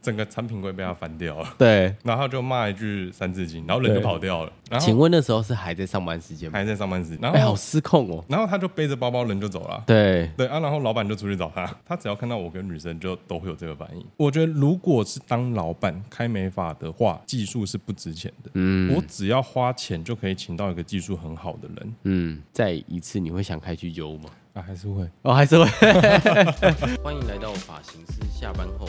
整个产品柜被他翻掉了，对，然后他就骂一句《三字经》，然后人就对跑掉了，然请后问那时候是还在上班时间吗？还在上班时，然哎，好后失控哦。然后他就背着包包人就走了。对，对啊，然后老板就出去找他，他只要看到我跟女生就都会有这个反应。我觉得如果是当老板开美发的话，技术是不值钱的。嗯，我只要花钱就可以请到一个技术很好的人嗯，再一次你会想开去游吗？啊，还是会。哦，还是会。 欢迎来到发型师下班后，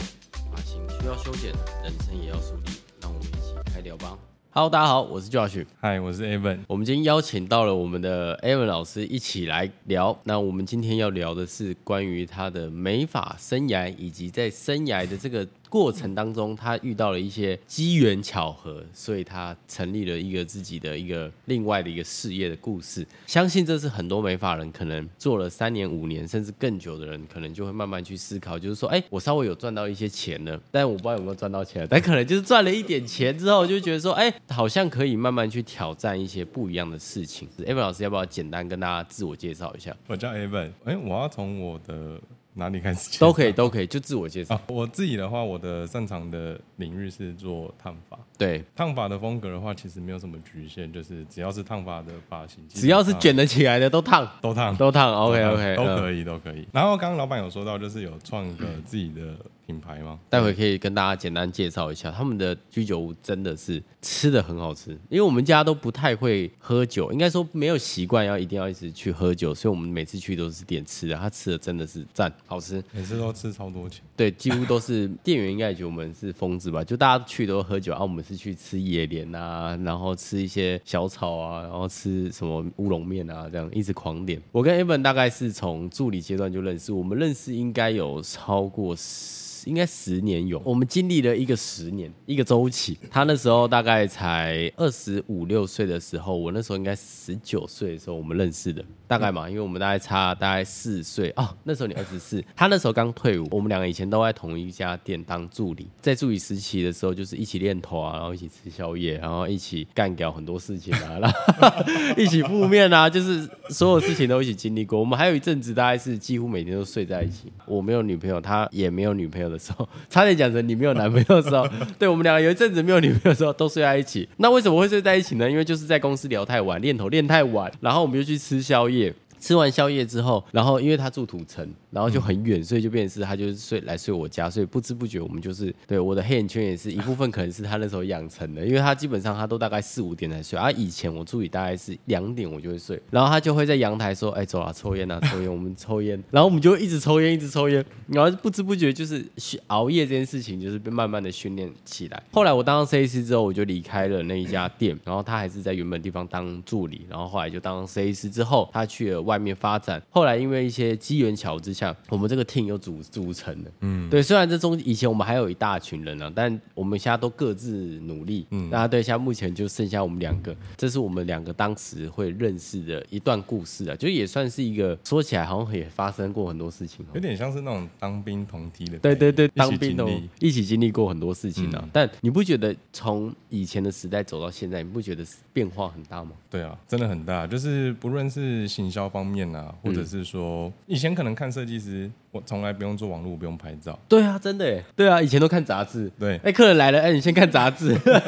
发型需要修剪，人生也要梳理，让我们一起开聊吧。Hello，大家好，我是 Josh。嗨，我是 Evan。我们今天邀请到了我们的 Aaron 老师一起来聊。那我们今天要聊的是关于他的美发生涯，以及在生涯的这个过程当中，他遇到了一些机缘巧合，所以他成立了一个自己的一个另外的一个事业的故事。相信这是很多美发人可能做了三年、五年甚至更久的人，可能就会慢慢去思考，就是说，哎、我稍微有赚到一些钱了，但我不知道有没有赚到钱，但可能就是赚了一点钱之后，就觉得说，哎、好像可以慢慢去挑战一些不一样的事情。Evan 老师，要不要简单跟大家自我介绍一下？我叫 Evan，哎、我要从我的哪里开始？都可以，都可以，就自我介绍。啊。我自己的话，我的擅长的领域是做烫发。对，烫发的风格的话，其实没有什么局限，就是只要是烫发的发型，只要是基本上卷得嗯起来的都烫，都烫，都烫。OK OK，都可以。以，都可以。然后刚刚老板有说到，就是有创一个自己的品牌吗？待会可以跟大家简单介绍一下他们的居酒屋，真的是吃的很好吃。因为我们家都不太会喝酒，应该说没有习惯要一定要一直去喝酒，所以我们每次去都是点吃的。他吃的真的是赞，好吃。每次都吃超多钱，对，几乎都是 店员应该也觉得我们是疯子吧？就大家去都喝酒啊，我们是去吃野莲啊，然后吃一些小炒啊，然后吃什么乌龙面啊，这样一直狂点。我跟 Evan 大概是从助理阶段就认识，我们认识应该有超过十，应该十年有。我们经历了一个十年，一个周期。他那时候大概才二十五六岁的时候，我那时候应该十九岁的时候我们认识的，大概嘛，因为我们大概差大概四岁哦。那时候你二十四，他那时候刚退伍，我们两个以前都在同一家店当助理，在助理时期的时候就是一起练头啊，然后一起吃宵夜，然后一起干掉很多事情啊，然后 一起负面啊，就是所有事情都一起经历过。我们还有一阵子大概是几乎每天都睡在一起，我没有女朋友，他也没有女朋友的时候， 差点讲成你没有男朋友的时候，对我们两个有一阵子没有女朋友的时候都睡在一起。那为什么会睡在一起呢？因为就是在公司聊太晚，练头练太晚，然后我们就去吃宵夜。吃完宵夜之后，然后因为他住土城，然后就很远，所以就变成是他就是睡来睡我家，所以不知不觉我们就是对我的黑眼圈也是一部分，可能是他那时候养成的，因为他基本上他都大概四五点才睡，啊，以前我助理大概是两点我就会睡，然后他就会在阳台说，哎，走啊，抽烟啊，抽烟，我们抽烟， 然后我们就一直抽烟，一直抽烟，然后不知不觉就是训熬夜这件事情就是被慢慢的训练起来。后来我当上设计师之后，我就离开了那一家店，然后他还是在原本地方当助理，然后后来就当设计师之后，他去了外面发展。后来因为一些机缘巧合之下，我们这个 team 又组组成了。嗯，对，虽然这中以前我们还有一大群人啊，但我们现在都各自努力。嗯，那对，现在目前就剩下我们两个，这是我们两个当时会认识的一段故事啊，就也算是一个说起来好像也发生过很多事情、哦有。点像是那种当兵同梯的概对念。对对，一起当兵经的历一起经历过很多事情啊。但你不觉得从以前的时代走到现在，你不觉得变化很大吗？对啊，真的很大，就是不论是行销方面嗯啊，或者是说以前可能看设计师，我从来不用做网络，不用拍照，对啊，真的耶，对啊，以前都看杂志。对哎，客人来了，哎，你先看杂志，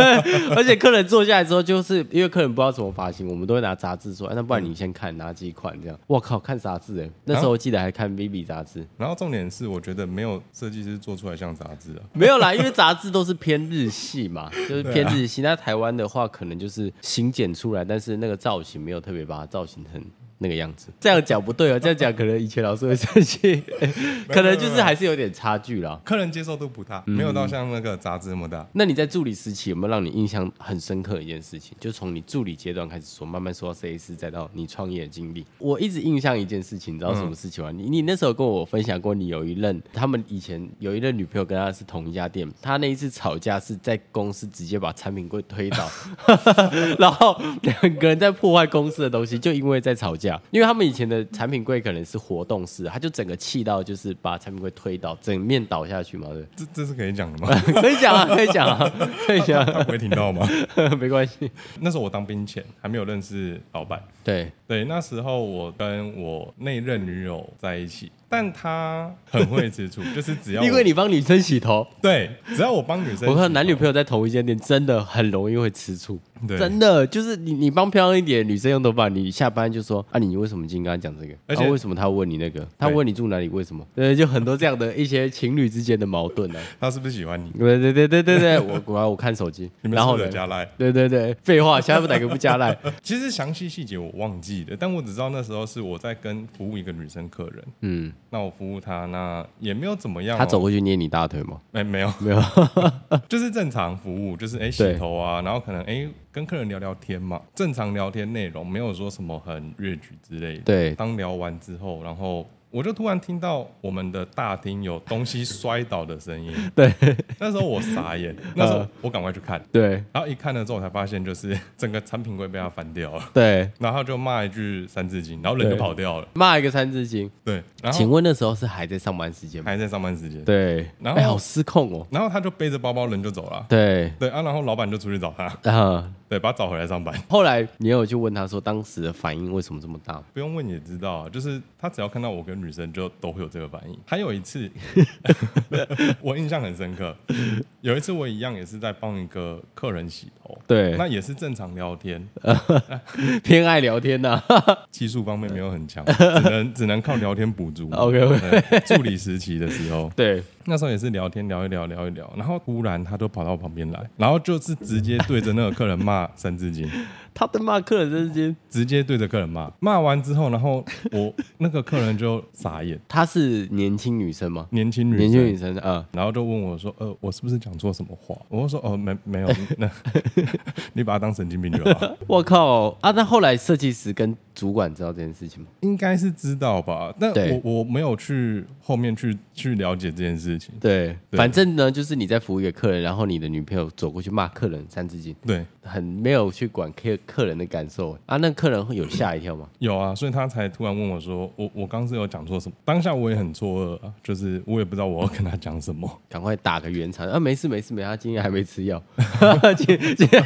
而且客人坐下来之后，就是因为客人不知道什么发型，我们都会拿杂志说，哎，那不然你先看哪几款这样。我靠，看杂志哎，那时候我记得还看 Vivi 杂志，然后重点是我觉得没有设计师做出来像杂志啊，没有啦，因为杂志都是偏日系嘛，就是偏日系。那台湾的话，可能就是新剪出来，但是那个造型没有特别把它造型成那个样子。这样讲不对哦，这样讲可能以前老师会生气， 可能就是还是有点差距啦。客人接受度不大，嗯没有到像那个杂志那么大。啊那你在助理时期有没有让你印象很深刻的一件事情？就从你助理阶段开始说，慢慢说到设计师，再到你创业的经历。我一直印象一件事情，你知道什么事情吗？你你那时候跟我分享过，你有一任他们以前有一任女朋友跟他是同一家店，他那一次吵架是在公司直接把产品柜推倒， 然后两个人在破坏公司的东西，就因为在吵架。因为他们以前的产品柜可能是活动式的，他就整个气到就是把产品柜推倒，整面倒下去嘛，对不对。这这是可以讲的吗？ 可以 讲啊，可以讲啊，可以讲、啊，他不会听到吗？ 没关系。那时候我当兵前还没有认识老板，对，对，那时候我跟我那任女友在一起，但他很会吃醋， 就是只要我因为你帮女生洗头，对，只要我帮女生，我看男女朋友在同一间店真的很容易会吃醋，友对，真的就是你你帮漂亮一点女生用头发，你下班就说啊，你为什么今天跟她讲这个？而且啊、为什么她问你那个？她问你住哪里？为什么？对，就很多这样的一些情侣之间的矛盾呢、 啊。他是不是喜欢你？对对对对对对，我果 然我看手机，你们然是后不是有呢加赖？对对对，废话，现在不哪个不加 赖？其实详细细节我忘记了，但我只知道那时候是我在跟服务一个女生客人，嗯，那我服务她，那也没有怎么样、哦。他走过去捏你大腿吗？哎、没有没有， 就是正常服务，就是哎、洗头啊，然后可能哎、跟客人聊聊天嘛，正常聊天内容，没有说什么很越矩之类的。对，当聊完之后，然后我就突然听到我们的大厅有东西摔倒的声音。 对，那时候我傻 眼，那时候我赶快去看，对然后一看了之后，我才发现就是整个产品柜被他翻掉了，对，然后他就骂一句《三字经》，然后人就对跑掉了。骂一个三字经。对，然请后问那时候是还在上班时间吗？还在上班时间，对，然然后后好失控哦。然后他就背着包包人就走了。对，对啊，然后老板就出去找他，啊，对，把他找回来上班。 后来你有去问他说当时的反应为什么这么大？不用问也知道啊，就是他只要看到我跟女生就都会有这个反应。还有一次， 我印象很深刻，有一次我一样也是在帮一个客人洗头，对那也是正常聊天，偏爱聊天呐、技术方面没有很强，只能只能靠聊天补足。 OK，OK 对助理时期的时候， 对，那时候也是聊天聊一聊聊一聊，然后突然他就跑到我旁边来，然后就是直接对着那个客人骂《三字经》， 他的骂客人真是，直接对着客人骂，骂完之后，然后我那个客人就傻眼，她是年轻女生吗？年轻女年轻女生。生啊，然后就问我说：“呃，我是不是讲错什么话？”我就说：“哦，没 没有，那 你把他当神经病就好。我靠啊！那后来设计师跟主管知道这件事情吗？”应该是知道吧？但对我我没有去后面去去了解这件事情。对，对反正呢，就是你在服务一个客人，然后你的女朋友走过去骂客人三字经，对，很没有去管客客人的感受啊，那客人会有吓一跳吗？有啊，所以他才突然问我说：“我我刚是有讲错什么？”当下我也很错愕啊，就是我也不知道我要跟他讲什么。 赶快打个圆场啊！没事没事没事，他今天还没吃药， 今天今天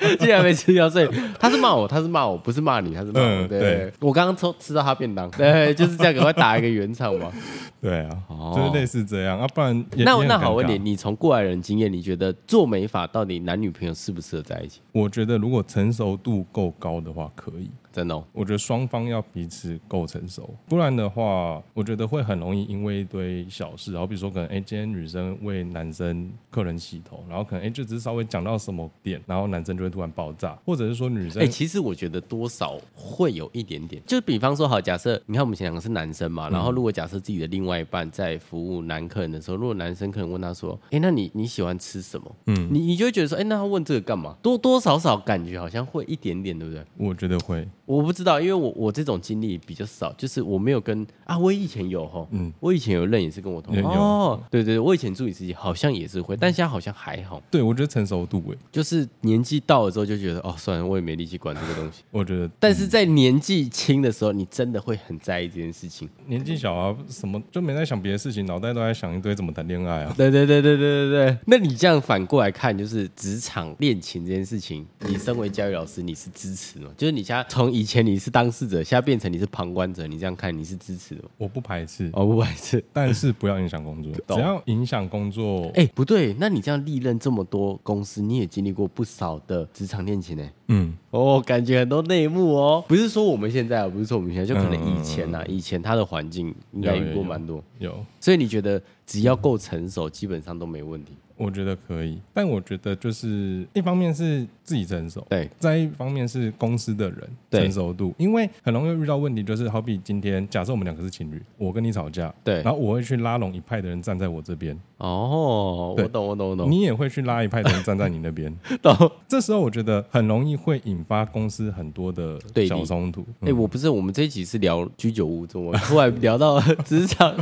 今天还没吃药，所以他是骂我，他是骂我，不是骂你，他是骂我。嗯对，对我刚刚抽吃到他便当， 对，就是这样，赶快打一个圆场嘛。对啊，哦就是类似这样啊，不然也 那也很那好，尴问尬你，你从过来人经验，你觉得做美发到底男女朋友适不适合在一起？我觉得如果成熟度够高的话，可以。真的、哦，我觉得双方要彼此够成熟，不然的话，我觉得会很容易因为一堆小事，然后比如说可能哎、诶今天女生为男生客人洗头，然后可能哎、诶就只是稍微讲到什么点，然后男生就会突然爆炸，或者是说女哎、生、其实我觉得多少会有一点点，就比方说好，假设你看我们前两个是男生嘛，然后如果假设自己的另外一半在服务男客人的时候，如果男生可能问他说：“哎、那你你喜欢吃什么？”嗯，你你就会觉得说：“哎、那他问这个干嘛？”多多少少感觉好像会一点点，对不对？我觉得会，我不知道，因为我我这种经历比较少，就是我没有跟啊，我以前有哈，嗯嗯，我以前有认也是跟我同也有哦，对对对，我以前助理自己好像也是会，但现在好像还好，对我觉得成熟度哎、诶就是年纪到了之后就觉得哦，算了，我也没力气管这个东西。我觉得但是在年纪轻的时候，你真的会很在意这件事情。年纪小啊，什么就没在想别的事情，脑袋都在想一堆怎么谈恋爱啊。对对对对对对对。那你这样反过来看，就是职场恋情这件事情，你身为教育老师，你是支持的吗？就是你现在从以前你是当事者，现在变成你是旁观者，你这样看你是支持的吗？我不排斥，哦，不排斥。但是不要影响工作，哦懂只要影响工作，哎、不对，那你这样历任这么多公司，你也经历过不少的职场恋情呢、嗯，哦，感觉很多内幕哦。不是说我们现在啊，不是说我们现在，就可能以前啊，以前他的环境应该有遇有有过蛮多。有。所以你觉得只要够成熟，基本上都没问题。我觉得可以，但我觉得就是一方面是自己成熟，对再一方面是公司的人对成熟度，因为很容易遇到问题，就是好比今天假设我们两个是情侣，我跟你吵架，对然后我会去拉拢一派的人站在我这边，哦，对我懂，我懂，我懂，你也会去拉一派的人站在你那 边，懂。这时候我觉得很容易会引发公司很多的对立小冲突。哎、嗯我不是，我们这一集是聊居酒屋，怎么突然聊到 职场？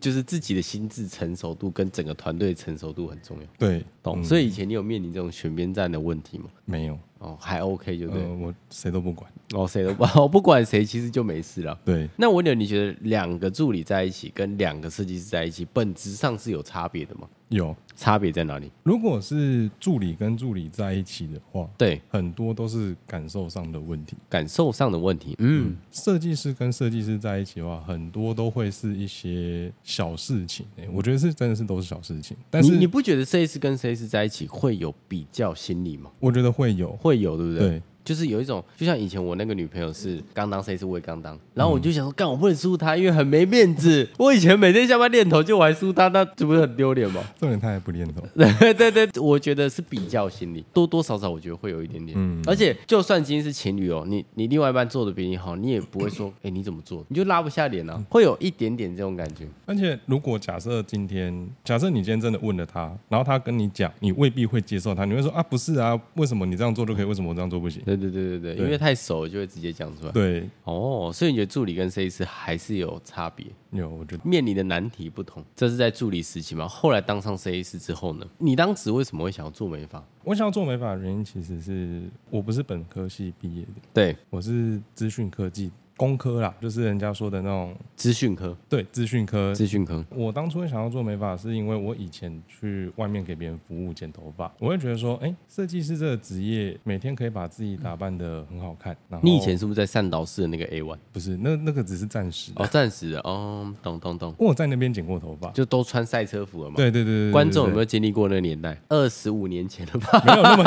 就是自己的心智成熟度跟整个团队成熟度很重要，对，懂？嗯所以以前你有面临这种选边站的问题吗？没有，哦，还 OK 就对呃，。我谁都不管。哦，谁都不， 我不管谁，其实就没事了。对，那我问你，你觉得两个助理在一起跟两个设计师在一起，本质上是有差别的吗？有。差别在哪里？如果是助理跟助理在一起的话，对，很多都是感受上的问题。感受上的问题。嗯，设计师跟设计师在一起的话，很多都会是一些小事情、欸我觉得是真的是都是小事情，但你是你不觉得设计师跟设计师在一起会有比较心理吗？我觉得会有，会有，对不对？对就是有一种，就像以前我那个女朋友是刚当设计师，我也刚当，然嗯后我就想说，干我不能输她，因为很没面子。我以前每天下班练头，就我还输她，那这不是很丢脸吗？ 重点他还不练头，对对对，我觉得是比较心理，多多少少我觉得会有一点点。嗯而且就算今天是情侣哦，你你另外一半做的比你好，你也不会说，哎、 你怎么做？你就拉不下脸嗯啊，会有一点点这种感觉。而且如果假设今天，假设你今天真的问了他，然后他跟你讲，你未必会接受他，你会说啊不是啊，为什么你这样做就可以，为什么我这样做不行？对对对对对，对因为太熟了就会直接讲出来。对，哦，所以你觉得助理跟设计师还是有差别，有我觉得面临的难题不同。这是在助理时期嘛？后来当上设计师之后呢？你当时为什么会想要做美发？我想要做美发的原因其实是我不是本科系毕业的，对，我是资讯科技工科啦，就是人家说的那种资讯科，对资讯科资讯科，我当初会想要做美发，是因为我以前去外面给别人服务剪头发，我会觉得说，哎、设计师这个职业，每天可以把自己打扮的很好看。然后嗯你以前是不是在善导市的那个 A one？不是那那个只是暂时的，哦，暂时的哦，懂懂懂。我有在那边剪过头 发。就都穿赛车服了嘛。对对对对，对观众有没有对经历过那个年代？二十五年前了吧？没有那么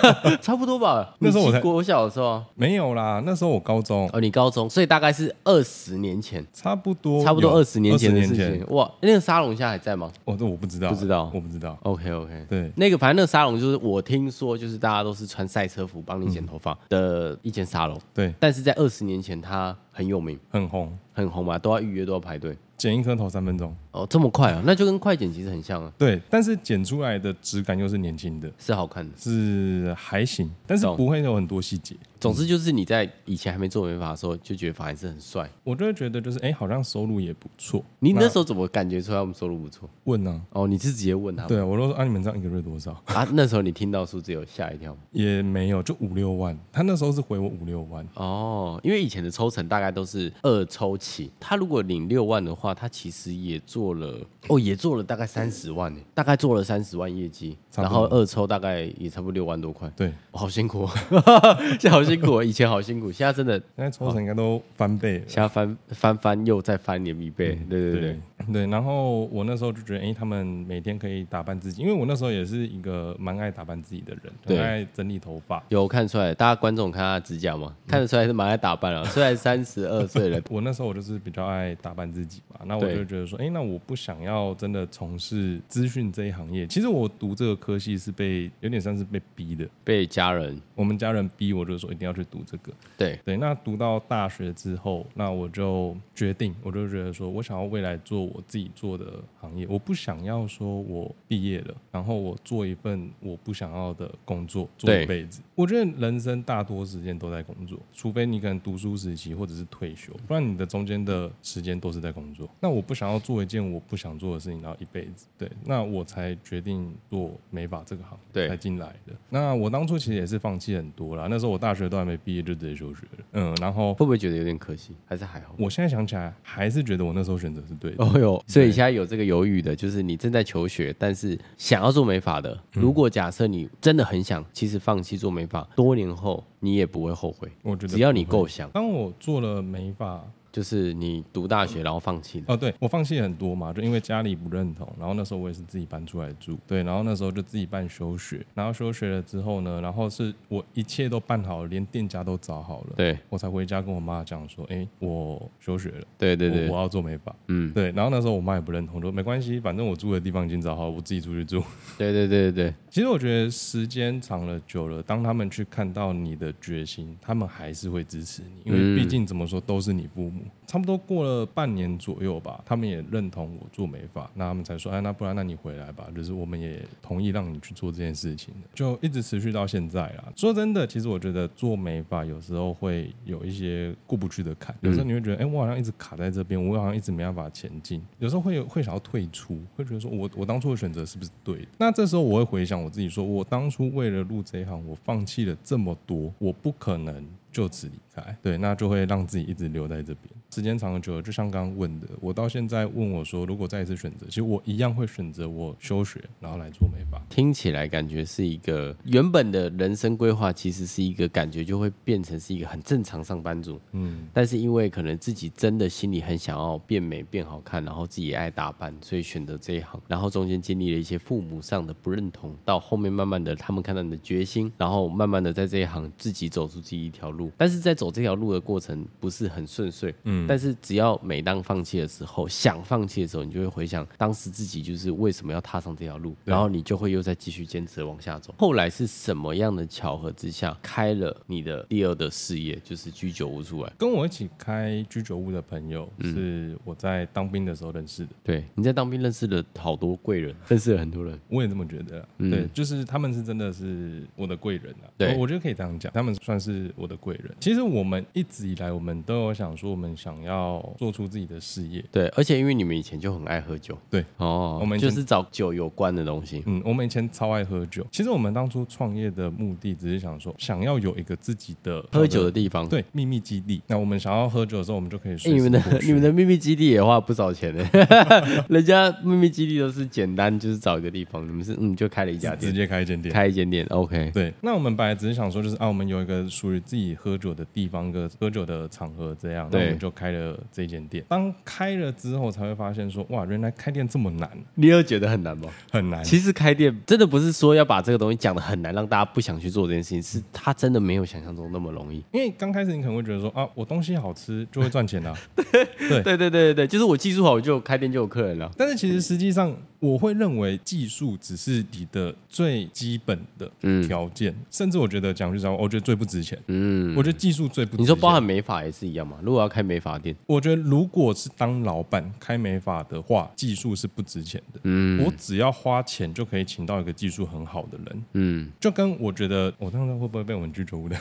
差不多吧。 那时候我你才是国小的时候啊，没有啦？那时候我高中，哦，你高中，所以大概是二十年前，差不多差不多哦有二十年前的20事前情。哇，那个沙龙现在还在吗哦，这我不知道，不知道我不知道。 ？OK OK。对，那个反正那个沙龙就是我听说，就是大家都是穿赛车服帮你剪头发的一间沙龙，对，但是在二十年前它很有名，很红，很红嘛，都要预约，都要排队。剪一颗头三分钟。哦，这么快啊？那就跟快剪其实很像啊，对，但是剪出来的质感又是年轻的，是好看的。是还行，但是懂不会有很多细节。总之就是你在以前还没做美发的时候，就觉得发型师很帅，我就会觉得就是哎、诶好像收入也不错。你那那时候怎么感觉出来我们收入不错？问呢、哦，你是直接问他啊？们对啊，我都说啊，你们这样一个月多少？啊？那时候你听到数字有吓一跳吗？也没有，就五六万。他那时候是回我五六万，哦，因为以前的抽成大概都是二抽起，他如果领六万的话，他其实也做了哦，也做了大概三十万呢，大概做了三十万业绩，差然不多后二抽大概也差不多六万多块，对，哦好辛苦、哦， 现在好辛苦、哦，以前好辛苦，现在真的现在抽成应该都翻倍了。现在翻翻翻又再翻连一倍，对对对嗯对，对，然后我那时候就觉得，哎、他们每天可以打扮自己，因为我那时候也是一个蛮爱打扮自己的人，对很爱整理头发。有看出来，大家观众有看他的指甲吗？看得出来是蛮爱打扮了，虽然三十二岁了， 我那时候我就是比较爱打扮自己嘛，那我对就觉得说，哎、那我不想要真的从事资讯这一行业。其实我读这个科系是被有点像是被逼的，被家人我们家人逼我，就说一定要去读这个。对对，那读到大学之后，那我就决定，我就觉得说我想要未来做我自己做的行业，我不想要说我毕业了，然后我做一份我不想要的工作做对一辈子。我觉得人生大多时间都在工作，除非你可能读书时期或者是退休，不然你的中间的时间都是在工作。那我不想要做一件我不想做的事情，然后一辈子。对，那我才决定做美发这个行业。对才进来的。那我当初其实也是放弃很多啦，那时候我大学都还没毕业就直接休学了。嗯，然后会不会觉得有点可惜？还是还好？我现在想起来，还是觉得我那时候选择是对的。哦哟，所以现在有这个犹豫的，就是你正在求学，但是想要做美发嗯的。如果假设你真的很想，其实放弃做美发，多年后你也不会后悔。我觉得只要你不会够想，当我做了美发，就是你读大学然后放弃的。哦，对我放弃很多嘛，就因为家里不认同，然后那时候我也是自己搬出来住，对，然后那时候就自己办休学，然后休学了之后呢，然后是我一切都办好了，连店家都找好了，对我才回家跟我妈讲说，哎，我休学了，对对我我啊对，要做美发，嗯，对，然后那时候我妈也不认同，说没关系，反正我住的地方已经找好，我自己出去住。对对对对对，其实我觉得时间长了久了，当他们去看到你的决心，他们还是会支持你，因为毕竟怎么说都是你父母。差不多过了半年左右吧，他们也认同我做美发，那他们才说，哎，那不然那你回来吧，就是我们也同意让你去做这件事情的，就一直持续到现在啦。说真的，其实我觉得做美发有时候会有一些过不去的坎，有时候你会觉得，哎、我好像一直卡在这边，我好像一直没办法前进，有时候会有会想要退出，会觉得说我我当初的选择是不是对的？那这时候我会回想我我自己说，我当初为了入这一行，我放弃了这么多，我不可能就此离开。对，那就会让自己一直留在这边。时间长了久了，就像刚刚问的，我到现在问我说，如果再一次选择，其实我一样会选择我休学，然后来做美发。听起来感觉是一个原本的人生规划，其实是一个感觉就会变成是一个很正常上班族，嗯，但是因为可能自己真的心里很想要变美、变好看，然后自己也爱打扮，所以选择这一行。然后中间经历了一些父母上的不认同，到后面慢慢的他们看到你的决心，然后慢慢的在这一行自己走出自己一条路。但是在走这条路的过程不是很顺遂，嗯，但是只要每当放弃的时候，想放弃的时候，你就会回想当时自己就是为什么要踏上这条路，然后你就会又再继续坚持地往下走。后来是什么样的巧合之下开了你的第二的事业，就是居酒屋出来？跟我一起开居酒屋的朋友，是我在当兵的时候认识的。对，你在当兵认识了好多贵人，认识了很多人。我也这么觉得啦、对，就是他们是真的是我的贵人啊，嗯对我我觉得可以这样讲，他们算是我的贵人。其实我们一直以来，我们都有想说，我们想要做出自己的事业。对，而且因为你们以前就很爱喝酒，对，哦，我们以就前是找酒有关的东西。嗯，我们以前超爱喝酒。其实我们当初创业的目的，只是想说，想要有一个自己的喝酒的地方，对秘密基地。那我们想要喝酒的时候，我们就可以哎、随你时们的过去你们的秘密基地也花不少钱 呢，人家秘密基地都是简单，就是找一个地方，你们是嗯就开了一家直店，接开一间店。开一间店，OK，对，那我们本来只是想说，就是啊，我们有一个属于自己喝酒的地方，一个喝酒的场合，这样，那对我们就开了这间店。当开了之后，才会发现说，哇，原来开店这么难，你有觉得很难吗？很难。其实开店真的不是说要把这个东西讲的很难，让大家不想去做这件事情，是它真的没有想象中那么容易。因为刚开始你可能会觉得说啊，我东西好吃就会赚 钱啊，对对对对对，就是我技术好，我就有开店就有客人了。但是其实实际上，我会认为技术只是你的最基本的嗯条件，甚至我觉得讲句实话，我觉得最不值钱。嗯，我觉得技术最不值钱。你说包含美发也是一样嘛？如果要开美发店，我觉得如果是当老板开美发的话，技术是不值钱的。嗯，我只要花钱就可以请到一个技术很好的人。嗯，就跟我觉得，我这样会不会被我们拒绝无聊？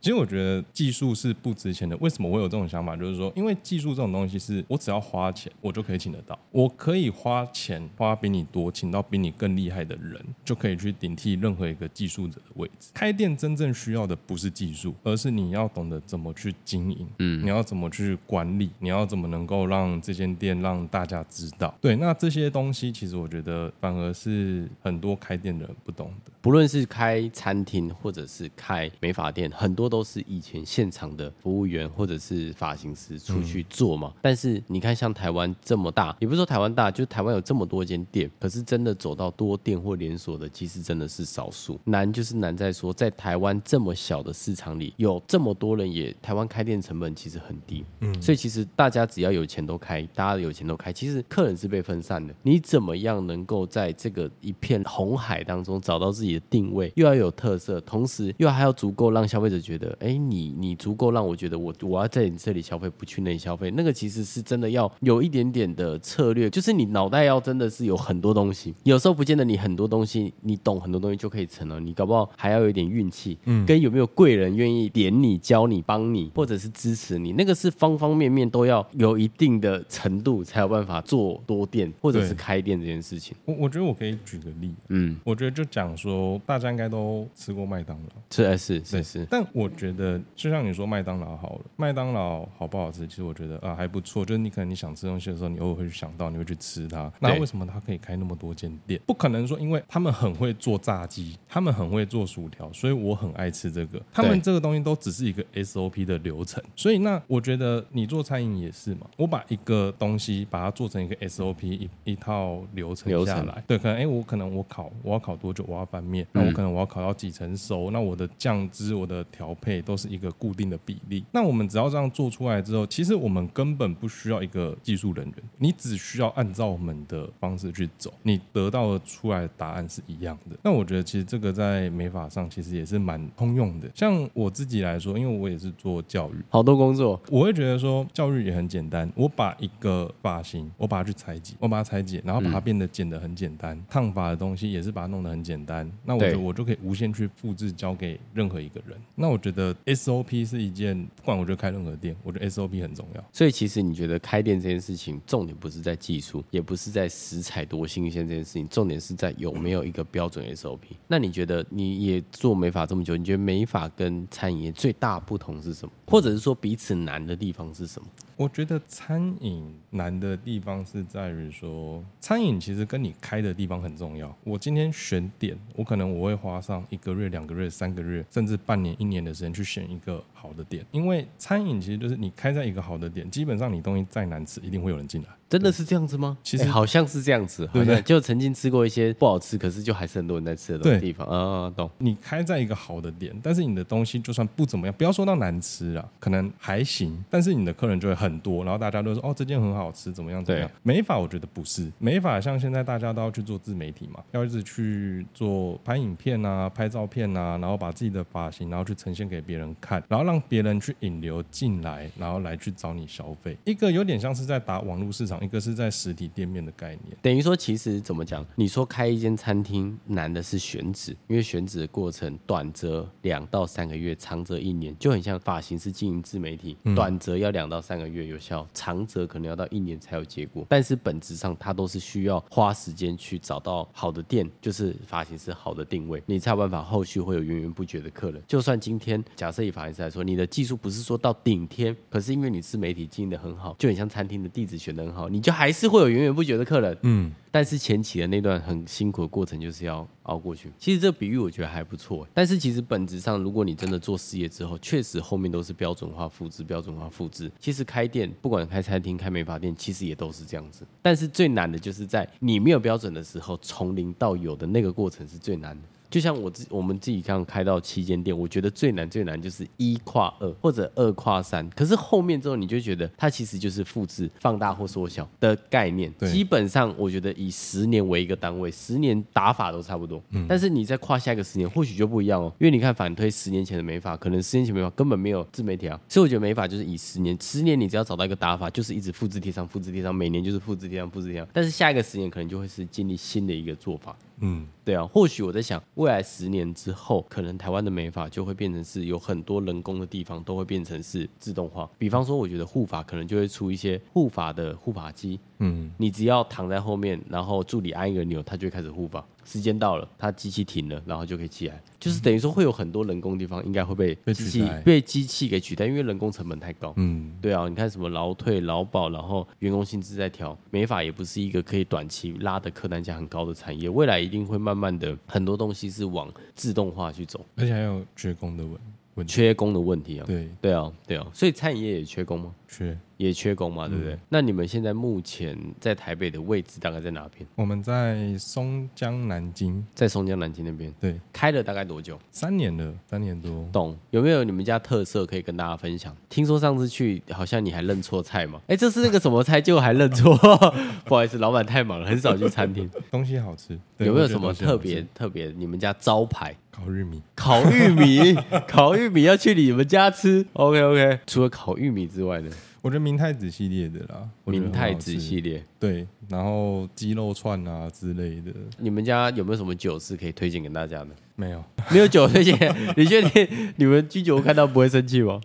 其实我觉得技术是不值钱的。为什么我有这种想法？就是说，因为技术这种东西是我只要花钱，我就可以请得到。我可以花钱花比你多，请到比你更厉害的人，就可以去顶替任何一个技术者的位置。开店真正需要的不是技术，而是你要懂得怎么去经营，嗯，你要怎么去管理，你要怎么能够让这间店让大家知道。对，那这些东西其实我觉得反而是很多开店的人不懂的。不论是开餐厅或者是开美发店，很多都是以前现场的服务员或者是发型师出去做嘛。但是你看，像台湾这么大，也不是说台湾大，就是台湾有这么多间店，可是真的走到多店或连锁的，其实真的是少数。难就是难在说，在台湾这么小的市场里，有这么多人也，台湾开店成本其实很低，嗯，所以其实大家只要有钱都开，大家有钱都开，其实客人是被分散的。你怎么样能够在这个一片红海当中找到自己的定位，又要有特色，同时又还要足够让消费者觉得，哎，你你足够让我觉得我我要在你这里消费，不去那里消费，那个其实是真的要有一点点的策略，就是你脑袋要真的是有很多东西，有时候不见得你很多东西你懂很多东西就可以成了，你搞不好还要有一点运气，嗯，跟有没有贵人愿意点你、教你、帮你，或者是支持你，那个是方方面面都要有一定的程度才有办法做多店或者是对开店这件事情。我我觉得我可以举个例，嗯，我觉得就讲说，大家应该都吃过麦当劳，是哎是是对是，但我觉得就像你说麦当劳好了，麦当劳好不好吃，其实我觉得啊还不错，就是你可能你想吃东西的时候，你偶尔会去想到，你会去吃它。那对为什么它可以开那么多间店？不可能说因为他们很会做炸鸡，他们很会做薯条，所以我很爱吃这个。他对们这个东西都只是一个 SOP 的流程，所以那我觉得你做餐饮也是嘛，我把一个东西把它做成一个 SOP 一一套流程流程下来。对，可能哎、诶我可能我烤我要烤多久，我要翻面，嗯那我可能我要烤到几成熟，那我的酱汁、我的调配都是一个固定的比例。那我们只要这样做出来之后，其实我们根本不需要一个技术人员，你只需要按照我们的方式去走，你得到的出来的答案是一样的。那我觉得其实这个在美法上其实也是蛮通用的。像我自己来说，因为我也是做教育，好多工作，我会觉得说教育也很简单，我把一个发型，我把它去裁剪，我把它裁剪，然后把它变得剪得很简单，烫发的东西也是把它弄得很简单，那我觉对得我就可以无限去复制交给任何一个人。那我觉得 SOP 是一件，不管我觉得开任何店，我觉得 SOP 很重要。所以其实你觉得开店这件事情，重点不是在技术，也不是在在食材多新鲜这件事情，重点是在有没有一个标准 SOP。那你觉得你也做美发这么久，你觉得美发跟餐饮业最大不同是什么？或者是说彼此难的地方是什么？我觉得餐饮难的地方是在于说，餐饮其实跟你开的地方很重要。我今天选点，我可能我会花上一个月、两个月、三个月，甚至半年、一年的时间去选一个好的点，因为餐饮其实就是你开在一个好的点，基本上你东西再难吃，一定会有人进来。真的是这样子吗？其实哎好像是这样子，对不对好像就曾经吃过一些不好吃，可是就还是很多人在吃的对地方啊，懂。你开在一个好的点，但是你的东西就算不怎么样，不要说到难吃啊，可能还行，但是你的客人就会很多，然后大家都说哦，这间很好吃，怎么样怎么样对。美法我觉得不是，美法像现在大家都要去做自媒体嘛，要一直去做拍影片啊、拍照片啊，然后把自己的发型，然后去呈现给别人看，然后让别人去引流进来，然后来去找你消费。一个有点像是在打网络市场，一个是在实体店面的概念。等于说，其实怎么讲？你说开一间餐厅难的是选址，因为选址的过程短则两到三个月，长则一年，就很像发型师经营自媒体，短则要两到三个月有效，长则可能要到一年才有结果。但是本质上，它都是需要花时间去找到好的店，就是发型师好的定位，你才有办法后续会有源源不绝的客人。就算今天假设以发型师来说，你的技术不是说到顶天，可是因为你自媒体经营的很好，就很像餐厅的地址选的很好，你就还是会有源源不绝的客人。嗯，但是前期的那段很辛苦的过程，就是要熬过去。其实这个比喻我觉得还不错，但是其实本质上，如果你真的做事业之后，确实后面都是标准化复制、标准化复制。其实开店，不管开餐厅、开美发店，其实也都是这样子。但是最难的就是在你没有标准的时候，从零到有的那个过程是最难的。就像我自我们自己刚开到七间店，我觉得最难最难就是一跨二或者二跨三，可是后面之后你就觉得它其实就是复制、放大或缩小的概念。对基本上我觉得以十年为一个单位，十年打法都差不多。但是你再跨下一个十年，或许就不一样哦。因为你看反推十年前的美发，可能十年前美发根本没有自媒体啊，所以我觉得美发就是以十年，十年你只要找到一个打法，就是一直复制贴上、复制贴上，每年就是复制贴上、复制贴上。但是下一个十年可能就会是建立新的一个做法。嗯，对啊，或许我在想，未来十年之后，可能台湾的美发就会变成是有很多人工的地方都会变成是自动化。比方说，我觉得护发可能就会出一些护发的护发机，嗯，你只要躺在后面，然后助理按一个钮，它就会开始护发。时间到了，它机器停了，然后就可以起来。就是等于说会有很多人工地方应该会被被机取器代被机器给取代，因为人工成本太高。嗯，对啊，你看什么劳退、劳保，然后员工薪资在调，美发也不是一个可以短期拉的客单价很高的产业，未来一定会慢慢的很多东西是往自动化去走，而且还有缺工的问问题，缺工的问题啊。对，对啊，对啊，所以餐饮业也缺工吗？缺。也缺工嘛，对不对？那你们现在目前在台北的位置大概在哪边？我们在松江南京，在松江南京那边对，开了大概多久？三年了，三年多。懂有没有你们家特色可以跟大家分享？听说上次去好像你还认错菜嘛？哎，这是那个什么菜，就还认错， 不好意思，老板太忙了，很少去餐 厅。东西好吃，对有没有我觉什得么东西好特吃别特别？你们家招牌烤玉米？烤玉 米，烤玉米要去你们家吃。OK OK，除了烤玉米之外呢，我觉得明太子系列的啦，我觉得明很好太子吃系列，对，然后鸡肉串啊之类的你们家有没有什么酒是可以推荐给大家的？没有， 没有酒推荐，你确定你们居酒屋看到不会生气吗？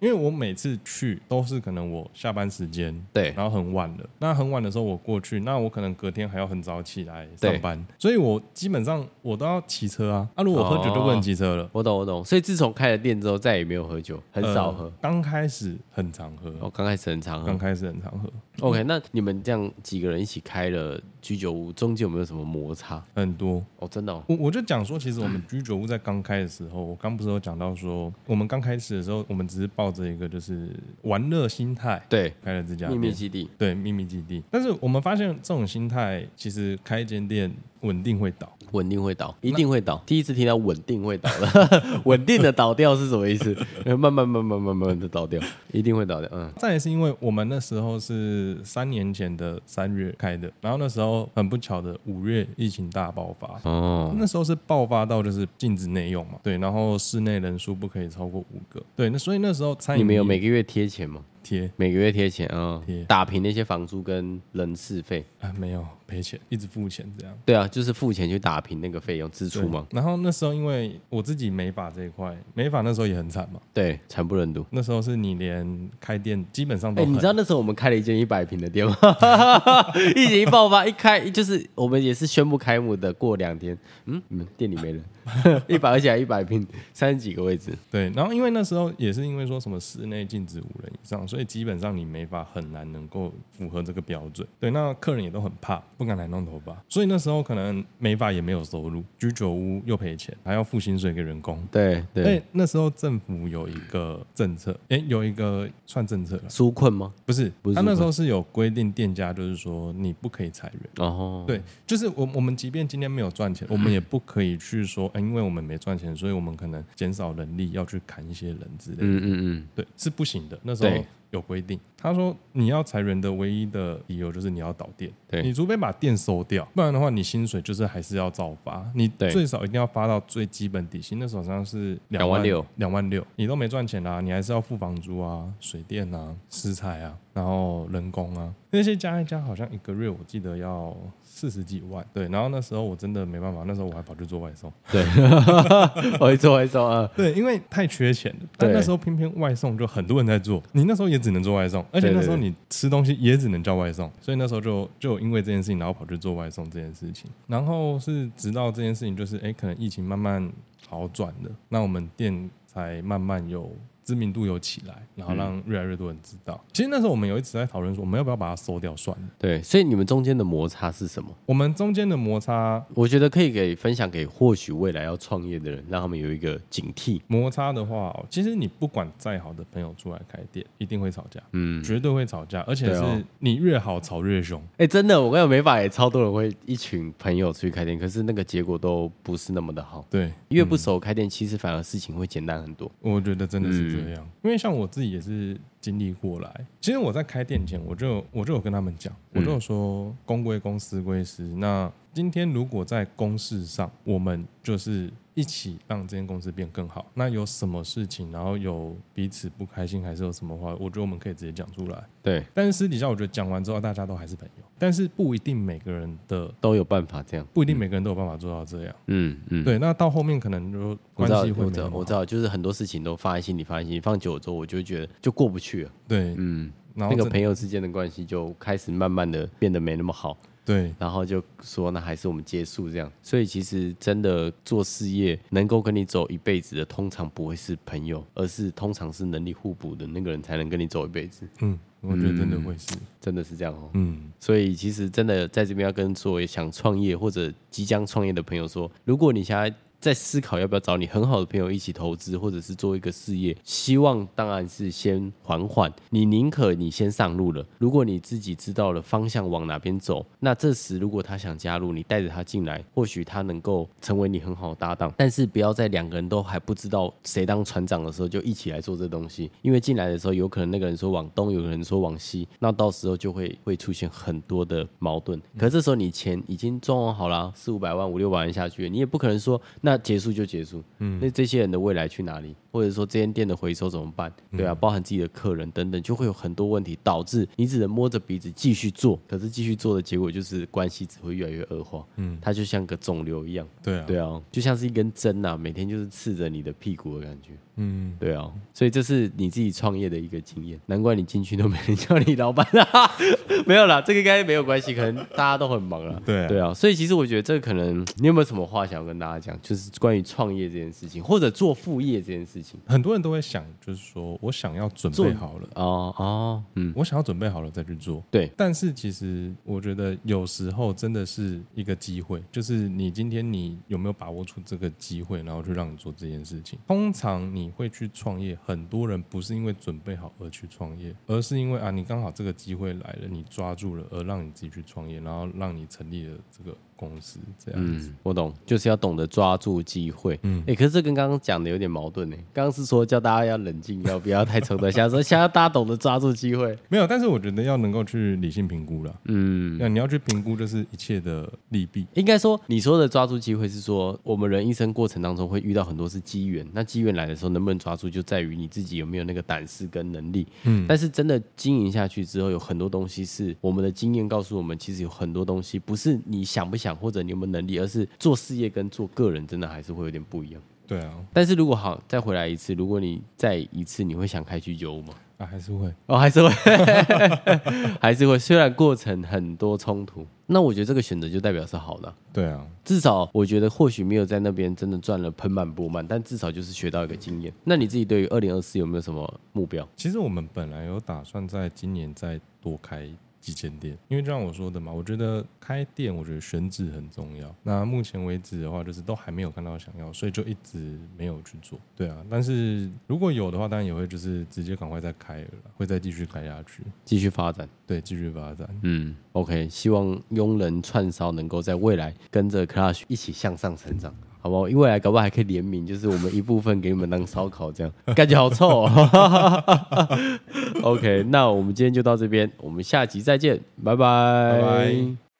因为我每次去都是可能我下班时间。对，然后很晚了，那很晚的时候我过去，那我可能隔天还要很早起来对上班，所以我基本上我都要骑车啊。啊，如果喝酒就不能哦骑车了，我懂我懂。所以自从开了店之后，再也没有喝酒，很少呃喝。。哦刚开始很常喝，我、嗯刚开始很常刚喝。开始很常喝， OK，那你们这样几个人一起开了居酒屋，中间有没有什么摩擦？很多。哦，真的、哦，我我就讲说，其实我嗯们居酒屋在刚开的时候，我刚不是有讲到说，我们刚开始的时候，我们只是抱着一个就是玩乐心态对，开了这家秘店密基地。对秘密基地。但是我们发现这种心态，其实开一间店稳定会倒。稳定会倒，一定会倒。第一次听到稳定会倒 的，稳定的倒掉是什么意思？ 呃慢慢慢慢慢慢的倒掉，一定会倒掉。嗯，再也是因为我们那时候是三年前的三月开的，然后那时候很不巧的五月疫情大爆发，哦，那时候是爆发到就是禁止内用嘛，对，然后室内人数不可以超过五个，对，那所以那时候餐饮你们有业每个月贴钱吗？贴每个月贴钱啊贴，打平那些房租跟人事费。啊没有赔钱，一直付钱这样。对啊，就是付钱去打平那个费用支出嘛。对然后那时候因为我自己美发这一块，美发那时候也很惨嘛。对，惨不忍睹。那时候是你连开店基本上哎、都很，你知道那时候我们开了一间一百平的店吗？ 疫情一爆发，一开就是我们也是宣布开幕的，过两天，嗯，你们店里没人， 一百而且还一百平，三十几个位置，对，然后因为那时候也是因为说什么室内禁止五人以上，所以基本上你美发很难能够符合这个标准。对，那客人也都很怕，不敢来弄头发，所以那时候可能美发也没有收入，居酒屋又赔钱，还要付薪水给员工。对对，哎，那时候政府有一个政策，哎，有一个算政策了，纾困吗？不是，不是他那时候是有规定店家，就是说你不可以裁员。哦，嗯对，就是我我们即便今天没有赚钱，我们也不可以去说，哎、因为我们没赚钱，所以我们可能减少人力，要去砍一些人之类的。嗯嗯嗯，对，是不行的。那时候对有规定，他说你要裁员的唯一的理由就是你要倒店，对你除非把店收掉，不然的话你薪水就是还是要照发，你对最少一定要发到最基本底薪，那时候好像是两26,000，两万六，你都没赚钱啊啦、你还是要付房租啊、水电啊、食材啊，然后人工啊，那些加一加好像一个月我记得要四十几万，对，然后那时候我真的没办法，那时候我还跑去做外送，对， 我会做我会做啊，对，因为太缺钱了。但对那时候偏偏外送就很多人在做，你那时候也只能做外送，而且对对那时候你吃东西也只能叫外送，所以那时候就就因为这件事情，然后跑去做外送这件事情。然后是直到这件事情就是，哎，可能疫情慢慢好转了，那我们店才慢慢有。知名度有起来，然嗯后让越来越多人知道。其实那时候我们有一直在讨论说，我们要不要把它收掉算了。对，所以你们中间的摩擦是什么？我们中间的摩擦，我觉得可以给分享给或许未来要创业的人，让他们有一个警惕。摩擦的话哦，其实你不管再好的朋友出来开店，一定会吵架。嗯，绝对会吵架，而且对啊是你越好吵越凶。哎、真的，我跟你讲美法也超多人会一群朋友出去开店，可是那个结果都不是那么的好。对，越不熟开店，其实反而事情会简单很多。我觉得真的嗯是这样，因为像我自己也是经历过来。其实我在开店前，我就我就有跟他们讲，我嗯就有说公归公，私归私。那今天如果在公事上，我们就是一起让这间公司变更好。那有什么事情，然后有彼此不开心，还是有什么话，我觉得我们可以直接讲出来。对，但是私底下，我觉得讲完之后，大家都还是朋友，但是不一定每个人的。都有办法这样。不一定每个人都有办法做到这样，嗯嗯，，对，那到后面可能就我关知道，系会我没知那道，么我知好道，就是很多事情都放在心里，放在心里，放久了之后，我就会觉得就过不去了。对，嗯，然后那个这朋友之间的关系就开始慢慢的变得没那么好。对然后就说那还是我们结束这样。所以其实真的做事业能够跟你走一辈子的，通常不会是朋友，而是通常是能力互补的那个人才能跟你走一辈子，嗯，我觉得真的会是真的是这样哦。嗯所以其实真的在这边要跟所有想创业或者即将创业的朋友说，如果你现在在思考要不要找你很好的朋友一起投资，或者是做一个事业，希望当然是先缓缓。你宁可你先上路了，如果你自己知道了方向往哪边走，那这时如果他想加入，你带着他进来，或许他能够成为你很好的搭档。但是不要在两个人都还不知道谁当船长的时候就一起来做这东西，因为进来的时候有可能那个人说往东，有个人说往西，那到时候就会会出现很多的矛盾。可是这时候你钱已经装潢好了，啊四五百万、五六百万下去，你也不可能说那结束就结束。嗯，那这些人的未来去哪里？或者说这间店的回收怎么办？对啊，包含自己的客人等等，就会有很多问题，导致你只能摸着鼻子继续做。可是继续做的结果就是关系只会越来越恶化。嗯，它就像个肿瘤一样。对啊对啊，就像是一根针呐、啊，每天就是刺着你的屁股的感觉。嗯，对啊，所以这是你自己创业的一个经验，难怪你进去都没人叫你老板 啊，没有啦，这个应该没有关系，可能大家都很忙啦。对啊对啊，所以其实我觉得这个可能，你有没有什么话想要跟大家讲？就是关于创业这件事情，或者做副业这件事情。很多人都会想，就是说我想要准备好了，哦哦，嗯，我想要准备好了再去做。对，但是其实我觉得有时候真的是一个机会，就是你今天你有没有把握出这个机会，然后去让你做这件事情。通常你会去创业，很多人不是因为准备好而去创业，而是因为呃啊你刚好这个机会来了，你抓住了，而让你自己去创业，然后让你成立了这个。公司这样子。嗯，我懂，就是要懂得抓住机会。嗯，哎，可是这跟刚刚讲的有点矛盾呢。刚刚是说叫大家要冷静，要不要太冲动， 现在说现在大家懂得抓住机会。没有，但是我觉得要能够去理性评估了。嗯，那你要去评估就是一切的利弊。应该说，你说的抓住机会是说，我们人一生过程当中会遇到很多是机缘，那机缘来的时候能不能抓住，就在于你自己有没有那个胆识跟能力。嗯，但是真的经营下去之后，有很多东西是我们的经验告诉我们，其实有很多东西不是你想不想或者你有没有能力，而是做事业跟做个人真的还是会有点不一样。对啊，但是如果好再回来一次，如果你再一次，你会想开居酒屋吗？啊还是会。哦，还是会， 还是会。虽然过程很多冲突，那我觉得这个选择就代表是好的啊、对啊，至少我觉得或许没有在那边真的赚了盆满钵满，但至少就是学到一个经验。那你自己对于二零二四有没有什么目标？其实我们本来有打算在今年再多开几间店，因为就像我说的嘛，我觉得开店，我觉得选址很重要。那目前为止的话，就是都还没有看到想要，所以就一直没有去做。对啊，但是如果有的话，当然也会就是直接赶快再开了啦，会再继续开下去，继续发展。对，继续发展。嗯，OK，希望庸人串烧能够在未来跟着 Clash 一起向上成长。好不好？因为未来搞不好还可以联名，就是我们一部分给你们当烧烤，这 样感觉好臭、哦。OK，那我们今天就到这边，我们下集再见，拜拜拜拜